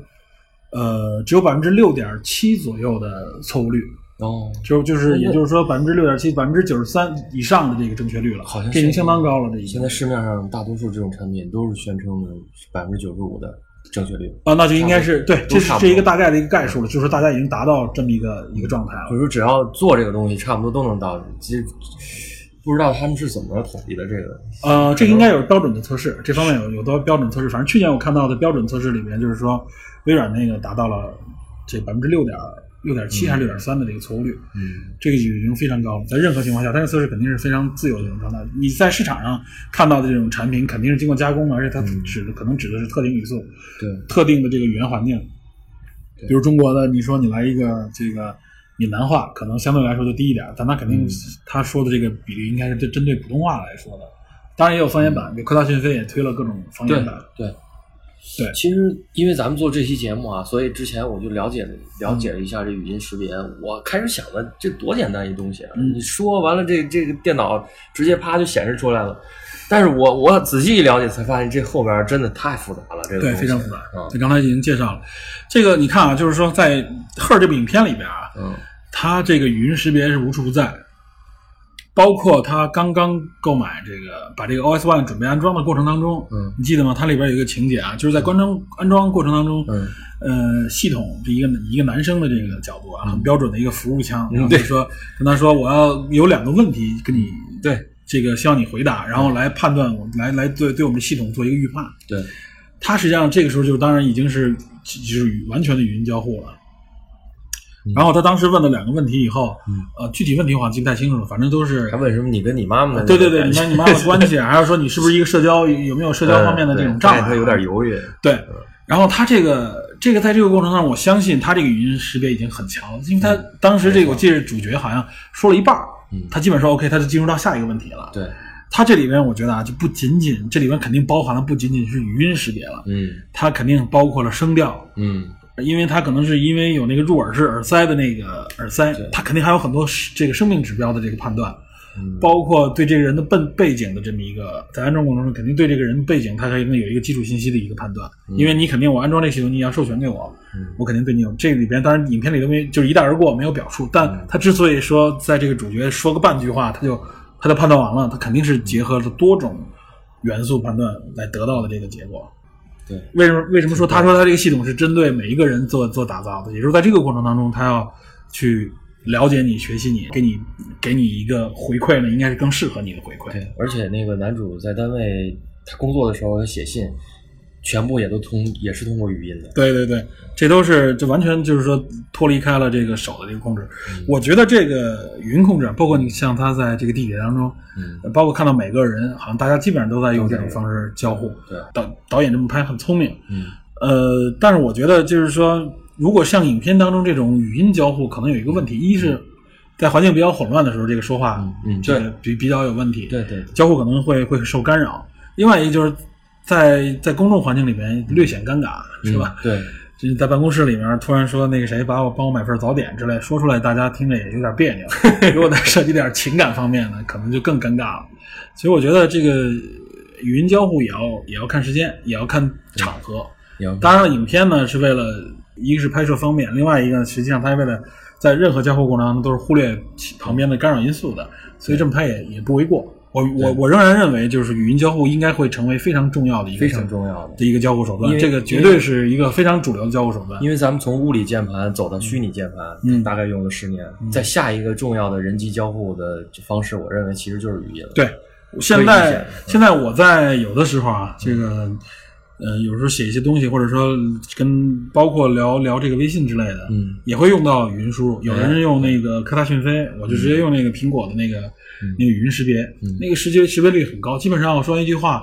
呃，只有百分之六点七左右的错误率。哦，就就是嗯也就是说百分之六点七、百分之九十三以上的这个正确率了，好像这是已经相当高了，这已现经在市面上大多数这种产品都是宣称的百分之九十五的正确率，啊，那就应该是对，都这是差不多这一个大概的一个概数了，就是说大家已经达到这么一个一个状态了。或者说只要做这个东西，差不多都能到。其实不知道他们是怎么统计的这个。呃，这个应该有标准的测试，这方面有有多标准测试，反正去年我看到的标准测试里面就是说微软那个达到了这百分之六点六点七还是六点三的这个错误率，嗯这个已经非常高了。在任何情况下，单个测试肯定是非常自由的一种状态。你在市场上看到的这种产品，肯定是经过加工，而且它嗯指的、可能指的是特定语速、对，特定的这个语言环境。对比如中国的，你说你来一个这个闽南话，可能相对来说就低一点，但它肯定嗯他说的这个比例应该是针针对普通话来说的。当然也有方言嗯版，比如科大讯飞也推了各种方言版。对对其实因为咱们做这期节目啊，所以之前我就了解了了解了一下这语音识别。我开始想的这多简单一东西啊，嗯你说完了这这个电脑直接啪就显示出来了。但是我我仔细一了解才发现，这后边真的太复杂了，这个对，东西非常复杂。嗯这刚才已经介绍了，这个你看啊，就是说在《Her》这部影片里边啊，嗯它这个语音识别是无处不在，包括他刚刚购买这个把这个 OS One 准备安装的过程当中，嗯你记得吗？它里边有一个情节啊，就是在安装安装过程当中，嗯呃，系统这一个一个男生的这个角度啊，很标准的一个服务腔，嗯然后就说跟他说我要有两个问题跟你对这个需要你回答，然后来判断我来来对对我们的系统做一个预判。对他实际上这个时候就当然已经是就是语完全的语音交互了嗯。然后他当时问了两个问题以后，嗯呃，具体问题我好像记不太清楚了，反正都是还问什么你跟你妈妈的对那对个对，感你情？跟你妈妈的关系，啊还有说你是不是一个社交有有没有社交方面的这种嗯障碍，啊对他有点犹豫。对。然后他这个这个在这个过程上，我相信他这个语音识别已经很强了，因为他当时这个我记得主角好像说了一半儿嗯他基本说 OK，他就进入到下一个问题了。对，他这里边我觉得啊，就不仅仅这里边肯定包含了不仅仅是语音识别了，嗯它肯定包括了声调，嗯因为它可能是因为有那个入耳式耳塞的那个耳塞对，它肯定还有很多是这个生命指标的这个判断，嗯，包括对这个人的背背景的这么一个，在安装过程中肯定对这个人背景，它肯定有一个基础信息的一个判断，因为你肯定我安装这个系统，你要授权给我，嗯我肯定对你有这里边，当然影片里都没就是一带而过，没有表述，但他之所以说在这个主角说个半句话，他就他就判断完了，他肯定是结合了多种元素判断来得到的这个结果。对，为什么为什么说他说他这个系统是针对每一个人做做打造的？也就是在这个过程当中，他要去了解你、学习你，给你给你一个回馈呢，应该是更适合你的回馈。对，而且那个男主在单位他工作的时候，他写信，全部也都通也是通过语音的。对对对，这都是这完全就是说脱离开了这个手的这个控制。我觉得这个语音控制，啊包括你像他在这个地铁当中，嗯，包括看到每个人，好像大家基本上都在用这种方式交互。对，导导演这么拍很聪明。嗯呃，但是我觉得就是说，如果像影片当中这种语音交互，可能有一个问题，一是在环境比较混乱的时候，这个说话嗯，这对个比比较有问题，对对对交互可能会会受干扰。另外一个就是在在公众环境里面略显尴尬，是吧？？对，就是在办公室里面突然说那个谁把我帮我买份早点之类，说出来大家听着也有点别 扭。如果再涉及点情感方面的，可能就更尴尬了。所以我觉得这个语音交互也要也要看时间，也要看场合。有当然了，影片呢是为了一个是拍摄方便，另外一个实际上它为了在任何交互过程当中都是忽略其旁边的干扰因素的，所以这么拍也也不为过。我我我仍然认为，就是语音交互应该会成为非常重要的一个非常重要的，的一个交互手因段，为这个绝对是一个非常主流的交互手段。因为咱们从物理键盘走到虚拟键盘，嗯大概用了十年。在下一个重要的人机交互的方式，我认为其实就是语音了。对，现理解在嗯现在我在有的时候啊，这个呃，有时候写一些东西，或者说跟包括聊聊这个微信之类的，嗯，也会用到语音输哎入。有人用那个科大讯飞，我就直接用那个苹果的那个嗯那个语音识别嗯，那个识别识别率很高，基本上我说一句话。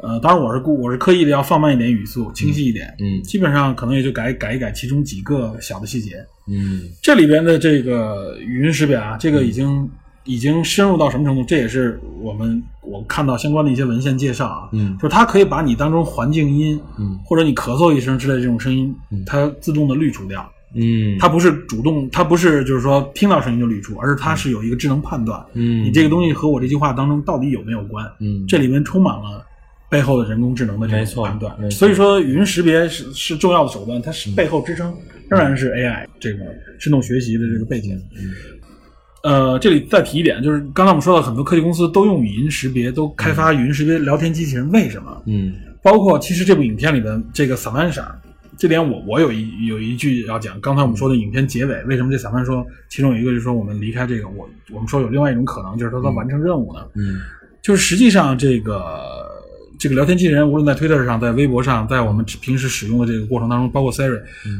呃，当然我是故我是刻意的要放慢一点语速，清晰一点，嗯基本上可能也就改改一改其中几个小的细节，嗯这里边的这个语音识别啊，这个已经已经深入到什么程度？这也是我们我看到相关的一些文献介绍啊，嗯就是它可以把你当中环境音嗯或者你咳嗽一声之类的这种声音嗯，它自动的滤除掉。嗯，它不是主动，它不是就是说听到声音就滤除，而是它是有一个智能判断，嗯你这个东西和我这句话当中到底有没有关？嗯这里面充满了背后的人工智能的这没种错判断没。错嗯所以说，语音识别是是重要的手段，它是背后支撑仍然是 AI 这个深度学习的这个背景。嗯呃，这里再提一点，就是刚才我们说到很多科技公司都用语音识别，都开发语音识别聊天机器人，为什么？嗯包括其实这部影片里边这个萨曼莎，这点我我有一有一句要讲。刚才我们说的影片结尾，为什么这萨曼说其中有一个就是说我们离开这个，我我们说有另外一种可能，就是他在完成任务呢？嗯就是实际上这个这个聊天机器人，无论在推特上、在微博上，在我们平时使用的这个过程当中，包括 Siri，、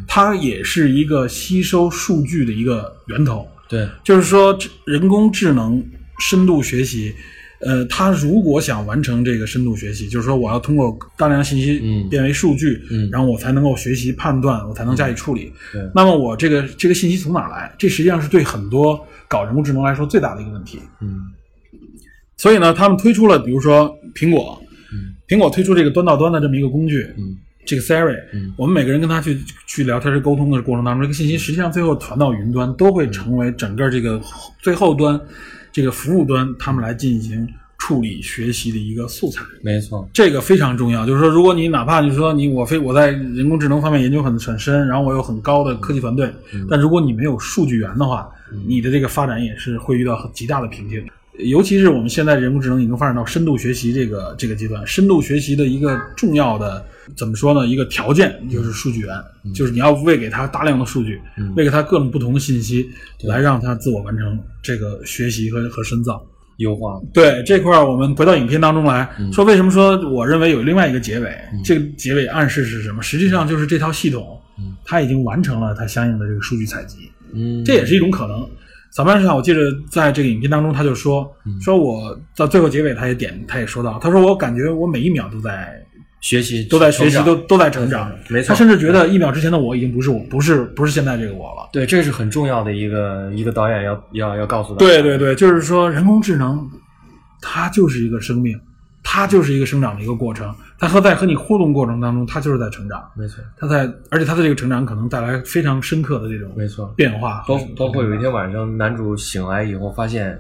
它嗯也是一个吸收数据的一个源头。对，就是说，这人工智能深度学习，呃，它如果想完成这个深度学习，就是说我要通过大量信息嗯变为数据，嗯然后我才能够学习判断，我才能加以处理。对那么我这个这个信息从哪儿来？这实际上是对很多搞人工智能来说最大的一个问题。嗯所以呢，他们推出了，比如说苹果，嗯苹果推出这个端到端的这么一个工具，嗯这个 Siri，、嗯我们每个人跟他去去聊天、去沟通的过程当中，这个信息实际上最后传到云端，都会成为整个这个最后端这个服务端他们来进行处理学习的一个素材。没错，这个非常重要，就是说，如果你哪怕就是说你我非我在人工智能方面研究很很深，然后我有很高的科技团队，但如果你没有数据源的话，你的这个发展也是会遇到很极大的瓶颈。尤其是我们现在人工智能已经发展到深度学习这个这个阶段，深度学习的一个重要的怎么说呢？一个条件就是数据源，就是你要喂给它大量的数据，嗯喂给它各种不同的信息，来让它自我完成这个学习和和深造。优化，对这块儿，我们回到影片当中来、嗯说，为什么说我认为有另外一个结尾？这个结尾暗示是什么？实际上就是这套系统，嗯它已经完成了它相应的这个数据采集，嗯，这也是一种可能。萨曼莎，我记得在这个影片当中，他就说，嗯说我在最后结尾，他也点，他也说到，他说我感觉我每一秒都在学习都在学习，成长都都在成长，没错他甚至觉得一秒之前的我已经不是我，不是不是现在这个我了。对，这是很重要的一个一个导演要要要告诉大家，对对，对，就是说人工智能，它就是一个生命，它就是一个生长的一个过程。它和在和你互动过程当中，它就是在成长，没错它在而且它的这个成长可能带来非常深刻的这种没错，变化。包包括有一天晚上，男主醒来以后发现，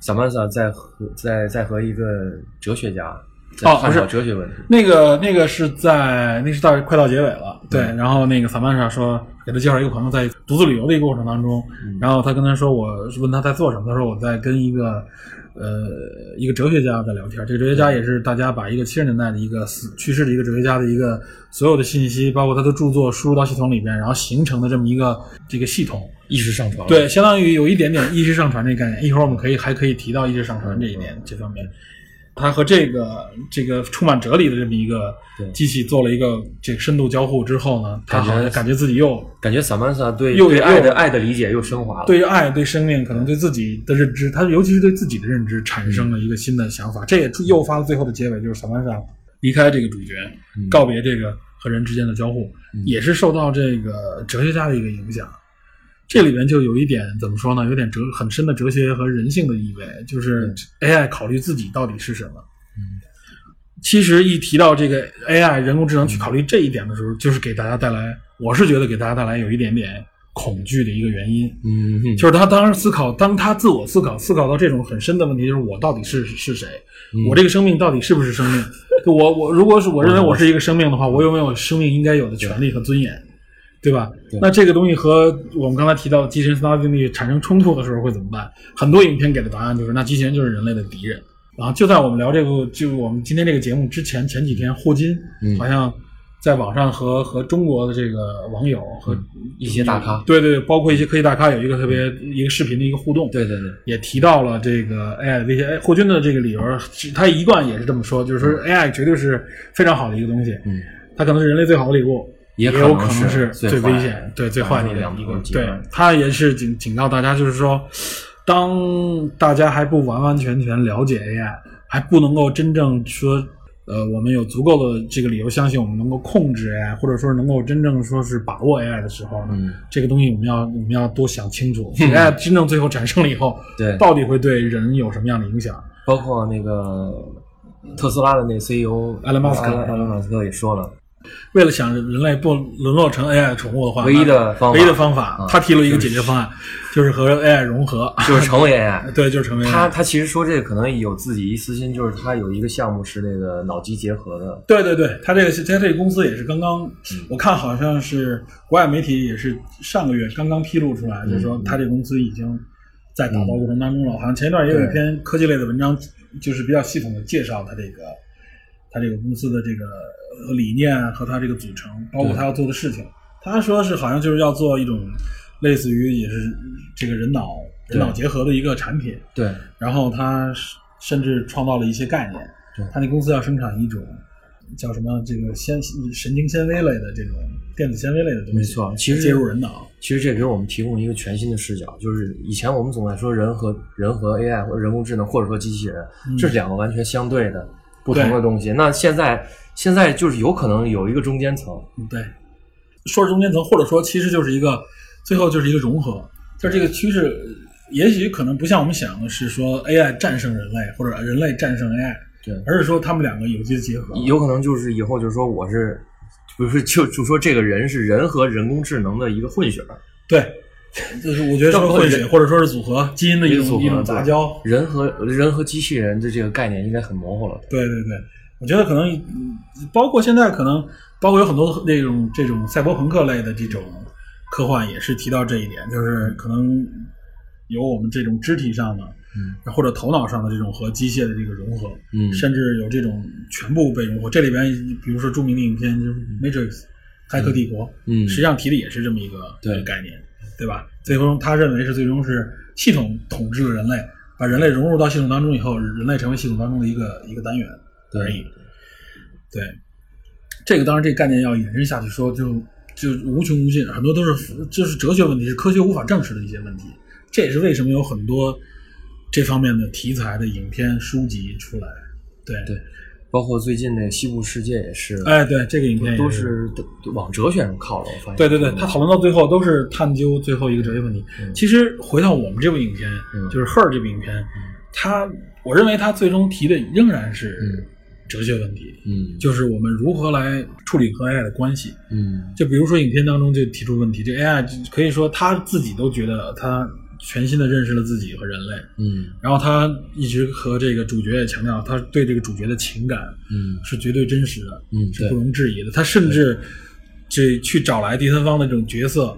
萨曼莎在和在在和一个哲学家在哦探不是讨哲学问题。那个那个是在那是到快到结尾了，对。嗯然后那个萨曼莎说给他介绍一个朋友，在独自旅游的一个过程当中，然后他跟他说我问他在做什么，他说我在跟一个呃一个哲学家在聊天。这个哲学家也是大家把一个七十年代的一个死去世的一个哲学家的一个所有的信息，包括他的著作输入到系统里边，然后形成的这么一个这个系统。意识上传了，对，相当于有一点点意识上传这个概念。一会儿我们可以还可以提到意识上传这一点、嗯这方面，它和这个这个充满哲理的这么一个对机器做了一个这个深度交互之后呢，它感觉好像感觉自己又感觉萨曼莎对又对又爱的爱的理解又升华了。对于爱、对生命，可能对自己的认知，它尤其是对自己的认知产生了嗯一个新的想法。这也诱发了最后的结尾，就是萨曼莎离开这个主角，嗯告别这个和人之间的交互，也是受到这个哲学家的一个影响。这里面就有一点怎么说呢？有点哲很深的哲学和人性的意味，就是嗯 AI 考虑自己到底是什么。其实一提到这个 AI 人工智能去考虑这一点的时候，就是给大家带来，我是觉得给大家带来有一点点恐惧的一个原因。嗯，嗯，就是他当时思考，当他自我思考，思考到这种很深的问题，就是我到底是是谁、嗯我这个生命到底是不是生命？就我我如果是我认为我是一个生命的话，我有没有生命应该有的权利和尊严，对吧？对那这个东西和我们刚才提到机器人三大定律产生冲突的时候会怎么办？很多影片给的答案就是，那机器人就是人类的敌人。然后就在我们聊这个，就我们今天这个节目之前，前几天霍金嗯好像在网上和和中国的这个网友和一些大咖，对对，包括一些科技大咖有一个特别一个视频的一个互动，对对对，也提到了这个 AI 的威胁。哎，霍军的这个理由，他一贯也是这么说，就是说 AI 绝对是非常好的一个东西，嗯，它可能是人类最好的礼物，也也可有能可是能是最最坏危的险、对最坏反正的两一头个极。对端，他也是警警告大家，就是说，当大家还不完完全全了解 AI，还不能够真正说。呃，我们有足够的这个理由相信我们能够控制 AI，或者说能够真正说是把握 AI 的时候呢，嗯，这个东西我们要我们要多想清 楚，AI 真正最后产生了以后，对到底会对人有什么样的影响？包括那个特斯拉的那 E CEO 埃隆马斯克埃隆马斯克也说了，为了想人类不沦落成 AI 的宠物的话，唯一的方法唯一的方法，嗯他提了一个解决方案，就是和 AI 融合， 就是成为 AI。对，就是成为 AI 他他其实说这个可能有自己一私心，就是他有一个项目是那个脑机结合的，对对对，他这个他这个公司也是刚刚，我看好像是国外媒体也是上个月刚刚披露出来，就是说他这个公司已经在打造过程当中了。好像前一段也有一篇科技类的文章，就是比较系统的介绍他这个他这个公司的这个理念和他这个组成，包括他要做的事情。他说是好像就是要做一种类似于也是这个人脑人脑对结合的一个产品，对然后他是甚至创造了一些概念。他那公司要生产一种叫什么这个纤神经纤维类的这种电子纤维类的东西，没错其实介入人脑，其实这给我们提供一个全新的视角，就是以前我们总在说人和人和 AI 或者人工智能或者说机器人，这是两个完全相嗯对的不同的东西。那现在现在就是有可能有一个中间层，嗯对，说是中间层，或者说其实就是一个最后就是一个融合，就是这个趋势，也许可能不像我们想的是说 AI 战胜人类，或者人类战胜 AI，对而是说他们两个有机的结合，有可能就是以后就是说我是不是就就说这个人是人和人工智能的一个混血儿，对，就是我觉得这么说混会血或者说是组合基因的一一个组种合一种对杂交，人和人和机器人的这个概念应该很模糊了。对对对，我觉得可能嗯包括现在可能包括有很多那种这种赛博朋克类的这种科幻也是提到这一点，就是可能有我们这种肢体上的。或者头脑上的这种和机械的这个融合，嗯甚至有这种全部被融合。这里边，比如说著名的影片就是《Matrix》骇客帝国，嗯实际上提的也是这么一个对概念，对吧？最终他认为是最终是系统统治了人类，把人类融入到系统当中以后，人类成为系统当中的一个一个单元对而已。对，这个当然这个概念要延伸下去说，就就无穷无尽，很多都是就是哲学问题，是科学无法证实的一些问题。这也是为什么有很多这方面的题材的影片、书籍出来。对对包括最近那个《西部世界》也是，哎，对，这个影片也都是都都往哲学上靠了。我发现，对对对，他讨论到最后都是探究最后一个哲学问题。嗯其实回到我们这部影片，嗯就是《Her》这部影片，它我认为它最终提的仍然是嗯哲学问题，嗯，就是我们如何来处理和 AI 的关系。嗯就比如说影片当中就提出问题，这 AI 就可以说他自己都觉得他全新的认识了自己和人类，嗯然后他一直和这个主角也强调，他对这个主角的情感嗯是绝对真实的，嗯，是不对容置疑的。他甚至这去找来第三方的这种角色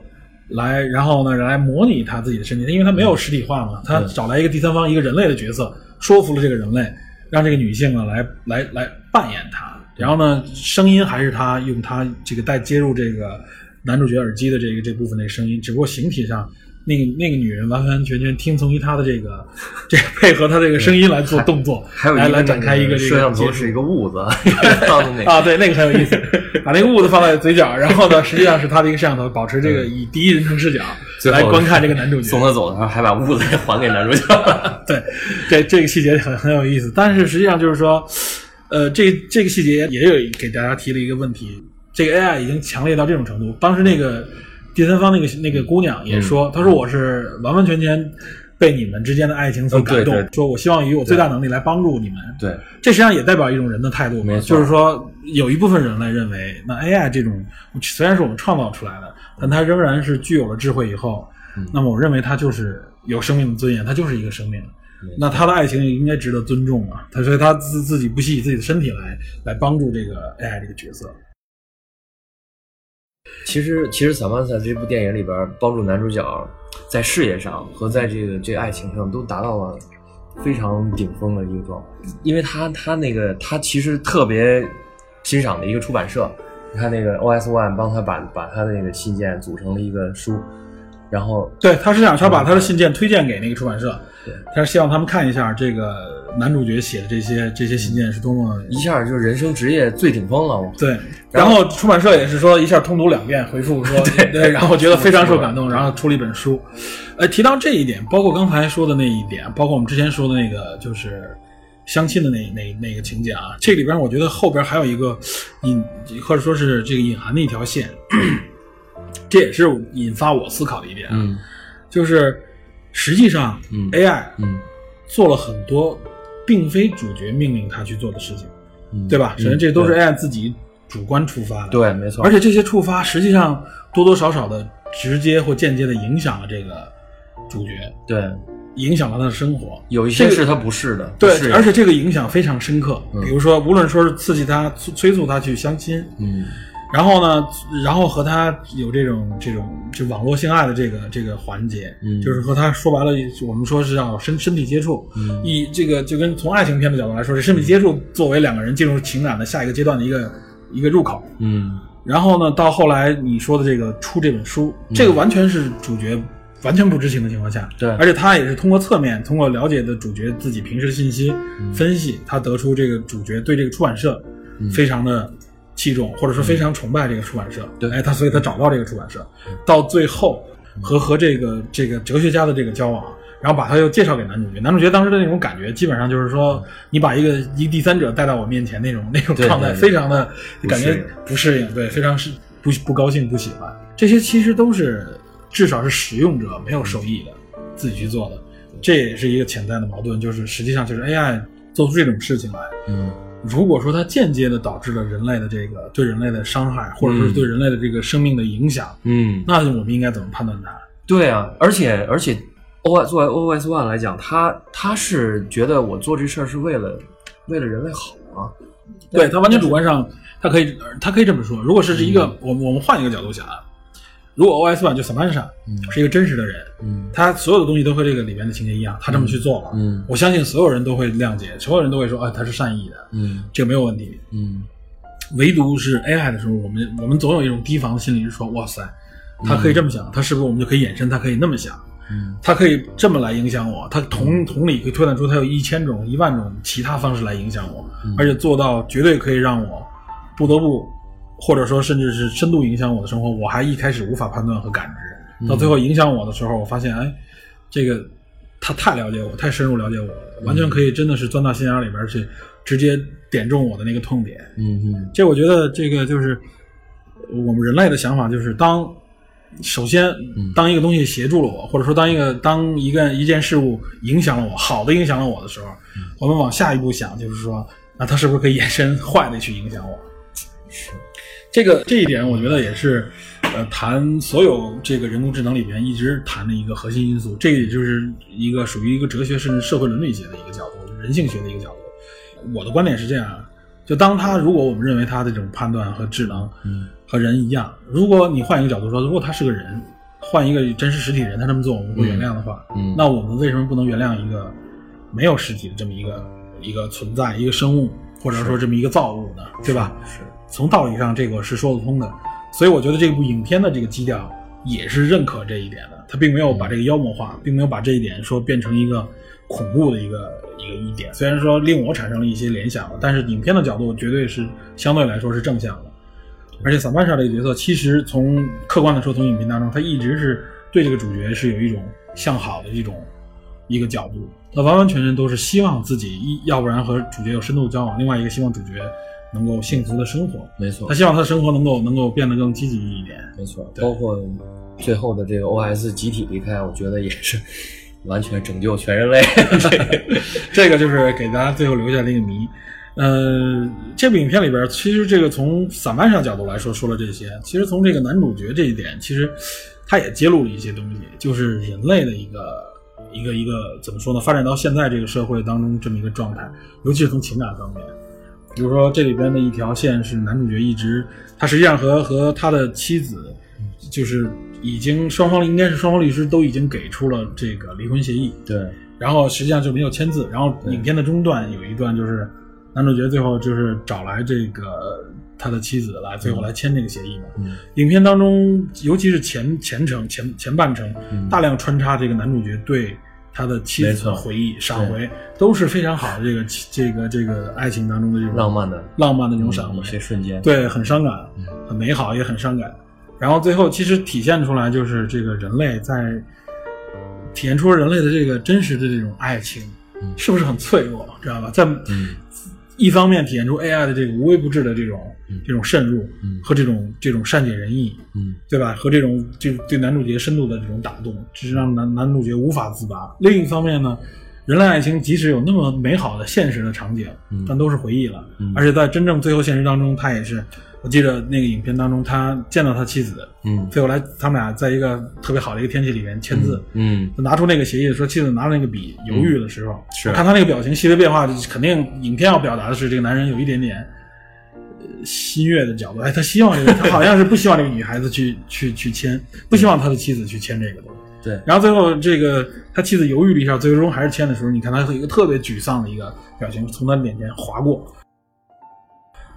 来，然后呢来模拟他自己的身体，因为他没嗯有实体化嘛，他找来一个第三方一个人类的角色，说服了这个人类，让这个女性啊来来来扮演他，然后呢声音还是他用他这个带接入这个男主角耳机的这个这部分的声音，只不过形体上。那个那个女人完完全全听从于他的这个，这个配合他这个声音来做动作，还有一来个来展开一个这摄像接头触是一个痦子， 放在那个啊，对，那个很有意 思，把那个痦子放在嘴角，然后呢，实际上是他的一个摄像头，保持这个以第一人称视角嗯最后来观看这个男主角送。他走的时候还把痦子还给男主角。对，这这个细节很很有意思，但是实际上就是说，呃，这这个细节也有给大家提了一个问题，这个 AI 已经强烈到这种程度。当时那个第三方那个那个姑娘也说，嗯她说我是完完全全被你们之间的爱情所嗯对感动，对对说我希望以我最大能力来帮助你们。对，这实际上也代表一种人的态度嘛，没错就是说有一部分人类认为，那 AI 这种虽然是我们创造出来的，但它仍然是具有了智慧以后，嗯那么我认为它就是有生命的尊严，它就是一个生命没错。那他的爱情也应该值得尊重啊，他所以他自自己不惜以自己的身体来来帮助这个 AI 这个角色，其实其实《萨曼萨》这部电影里边帮助男主角在事业上和在这个这爱情上都达到了。非常顶峰的一个状态，因为他他那个他其实特别欣赏的一个出版社，你看那个 OS One 帮他把把他的那个信件组成了一个书，然后对，他是想他把他的信件推荐给那个出版社对，他是希望他们看一下这个男主角写的这些这些信件是多么一下就是人生职业最顶峰了。我对，然后出版社也是说一下通读两遍，回复说 对然后觉得非 常受感动，然后出了一本书。呃，提到这一点，包括刚才说的那一点，包括我们之前说的那个就是相亲的那那那个情节啊，这里边我觉得后边还有一个隐或者说是这个隐含的一条线， 这也是引发我思考的一点啊，嗯就是实际上嗯 AI 嗯做了很多并非主角命令他去做的事情，嗯，对吧？嗯首先这都是 AI 自己主观触发的，对，没错，而且这些触发实际上多多少少的直接或间接的影响了这个主角，对影响了他的生活。有一这些个是他不是的，不适对，应而且这个影响非常深刻。比如说，无论说是刺激他、催催促他去相亲，嗯然后呢，然后和他有这种这种就网络性爱的这个这个环节，嗯就是和他说白了，我们说是要身身体接触，嗯以这个就跟从爱情片的角度来说，是身体接触作为两个人进入情感的下一个阶段的一个一个入口。嗯然后呢，到后来你说的这个出这本书，这个完全是主角完全不知情的情况下，嗯对而且他也是通过侧面，通过了解的主角自己平时的信息、嗯分析，他得出这个主角对这个出版社非常的器重，或者说非常崇拜这个出版社。嗯对嗯哎，他所以他找到这个出版社，到最后和和这个这个哲学家的这个交往。然后把他又介绍给男主角，嗯男主角当时的那种感觉，基本上就是说，你把一个一第三者带到我面前那种那种对状态，对对非常的不感适觉应不适应，对，非常是不不高兴、不喜欢，这些其实都是至少是使用者没有受益的，自己去做的，这也是一个潜在的矛盾，就是实际上就是 AI 做出这种事情来，嗯，如果说它间接的导致了人类的这个对人类的伤害，或者说是对人类的这个生命的影响，嗯，那我们应该怎么判断它？对啊，而且而且，O S 作为 O S One 来讲，他他是觉得我做这事儿是为了为了人类好啊，对他完全主观上，他可以他可以这么说。如果是一个、嗯我们我们换一个角度想啊，如果 OS One 就 Samantha 是一个真实的人，嗯他所有的东西都和这个里面的情节一样，他这么去做了，嗯我相信所有人都会谅解，所有人都会说啊他是善意的，嗯这个没有问题。嗯，唯独是 AI 的时候，我们我们总有一种提防的心理，是说哇塞，他可以这么想，他是不是我们就可以衍生，他可以那么想，嗯他可以这么来影响我，他同同理可以推断出他有一千种、一万种其他方式来影响我，而且做到绝对可以让我不得不，或者说甚至是深度影响我的生活，我还一开始无法判断和感知，到最后影响我的时候，我发现哎，这个他太了解我，太深入了解我了，完全可以真的是钻到心眼里边去，直接点中我的那个痛点。嗯嗯这我觉得这个就是我们人类的想法，就是当首先当一个东西协助了我，或者说当一个当一个一件事物影响了我，好的影响了我的时候，我们往下一步想，就是说，那它是不是可以延伸坏的去影响我？这个这一点，我觉得也是，呃，谈所有这个人工智能里面一直谈的一个核心因素。这个也就是一个属于一个哲学甚至社会伦理学的一个角度，人性学的一个角度。我的观点是这样啊，就当他如果我们认为他的这种判断和智能嗯和人一样，如果你换一个角度说，如果他是个人，换一个真实实体人，他这么做我们会原谅的话，嗯那我们为什么不能原谅一个没有实体的这么一个一个存在，一个生物，或者说这么一个造物呢？对吧？是，从道理上这个是说得通的。所以我觉得这部影片的这个基调也是认可这一点的，它并没有把这个妖魔化，并没有把这一点说变成一个恐怖的一个一个一点。虽然说令我产生了一些联想，但是影片的角度绝对是相对来说是正向的。而且萨曼莎这个角色，其实从客观的说，从影片当中，他一直是对这个主角是有一种向好的一种一个角度。他完完全全都是希望自己一，要不然和主角有深度交往，另外一个希望主角能够幸福的生活。没错他希望他的生活能够能够变得更积极一点。没错，对包括最后的这个 O S 集体离开，我觉得也 是完全拯救全人类。 这个就是给大家最后留下的一个谜。呃，这部影片里边，其实这个从散漫上角度来说，说了这些。其实从这个男主角这一点，其实他也揭露了一些东西，就是人类的一个一个一个怎么说呢？发展到现在这个社会当中这么一个状态，尤其是从情感方面。比如说这里边的一条线是男主角一直，他实际上和和他的妻子，就是已经双方应该是双方律师都已经给出了这个离婚协议，对，然后实际上就没有签字。然后影片的中段有一段就是男主角最后就是找来这个他的妻子来，最后来签这个协议嘛。嗯影片当中，尤其是前前程前前半程，嗯大量穿插这个男主角对他的妻没子的错回忆、闪回，都是非常好的这个这个这个爱情当中的这种浪漫嗯的浪漫的这种闪回有。些瞬间，嗯对，很伤感，很美好，也很伤感。然后最后其实体现出来就是这个人类在体现出人类的这个真实的这种爱情，嗯是不是很脆弱，知道吧？在嗯一方面体现出 AI 的这个无微不至的这种、嗯这种渗入、嗯和这种这种善解人意，嗯对吧？和这种这对男主角深度的这种打动，只是让男男主角无法自拔。另一方面呢，人类爱情即使有那么美好的现实的场景，嗯但都是回忆了。嗯而且在真正最后现实当中，他也是，我记得那个影片当中，他见到他妻子，嗯最后来他们俩在一个特别好的一个天气里面签字。嗯，拿出那个协议说，妻子拿着那个笔犹豫的时候，是我看他那个表情细微变化，肯定影片要表达的是这个男人有一点点呃心悦的角度。哎，他希望这个，他好像是不希望这个女孩子去 去去签，不希望他的妻子去签这个东西。对然后最后这个他妻子犹豫了一下，最终还是签的时候，你看他有一个特别沮丧的一个表情从他脸前划过，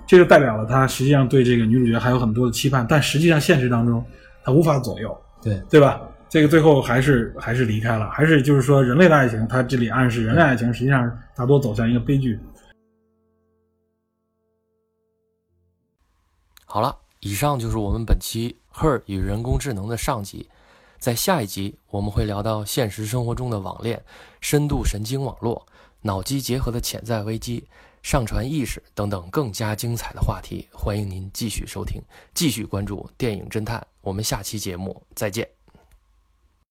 这就代表了他实际上对这个女主角还有很多的期盼，但实际上现实当中他无法左右，对对吧？这个最后还是还是离开了，还是就是说人类的爱情，它这里暗示人类爱情实际上大多走向一个悲剧。好了，以上就是我们本期《Her 与人工智能》的上集。在下一集，我们会聊到现实生活中的网恋、深度神经网络、脑机结合的潜在危机、上传意识等等更加精彩的话题。欢迎您继续收听，继续关注电影侦探。我们下期节目再见。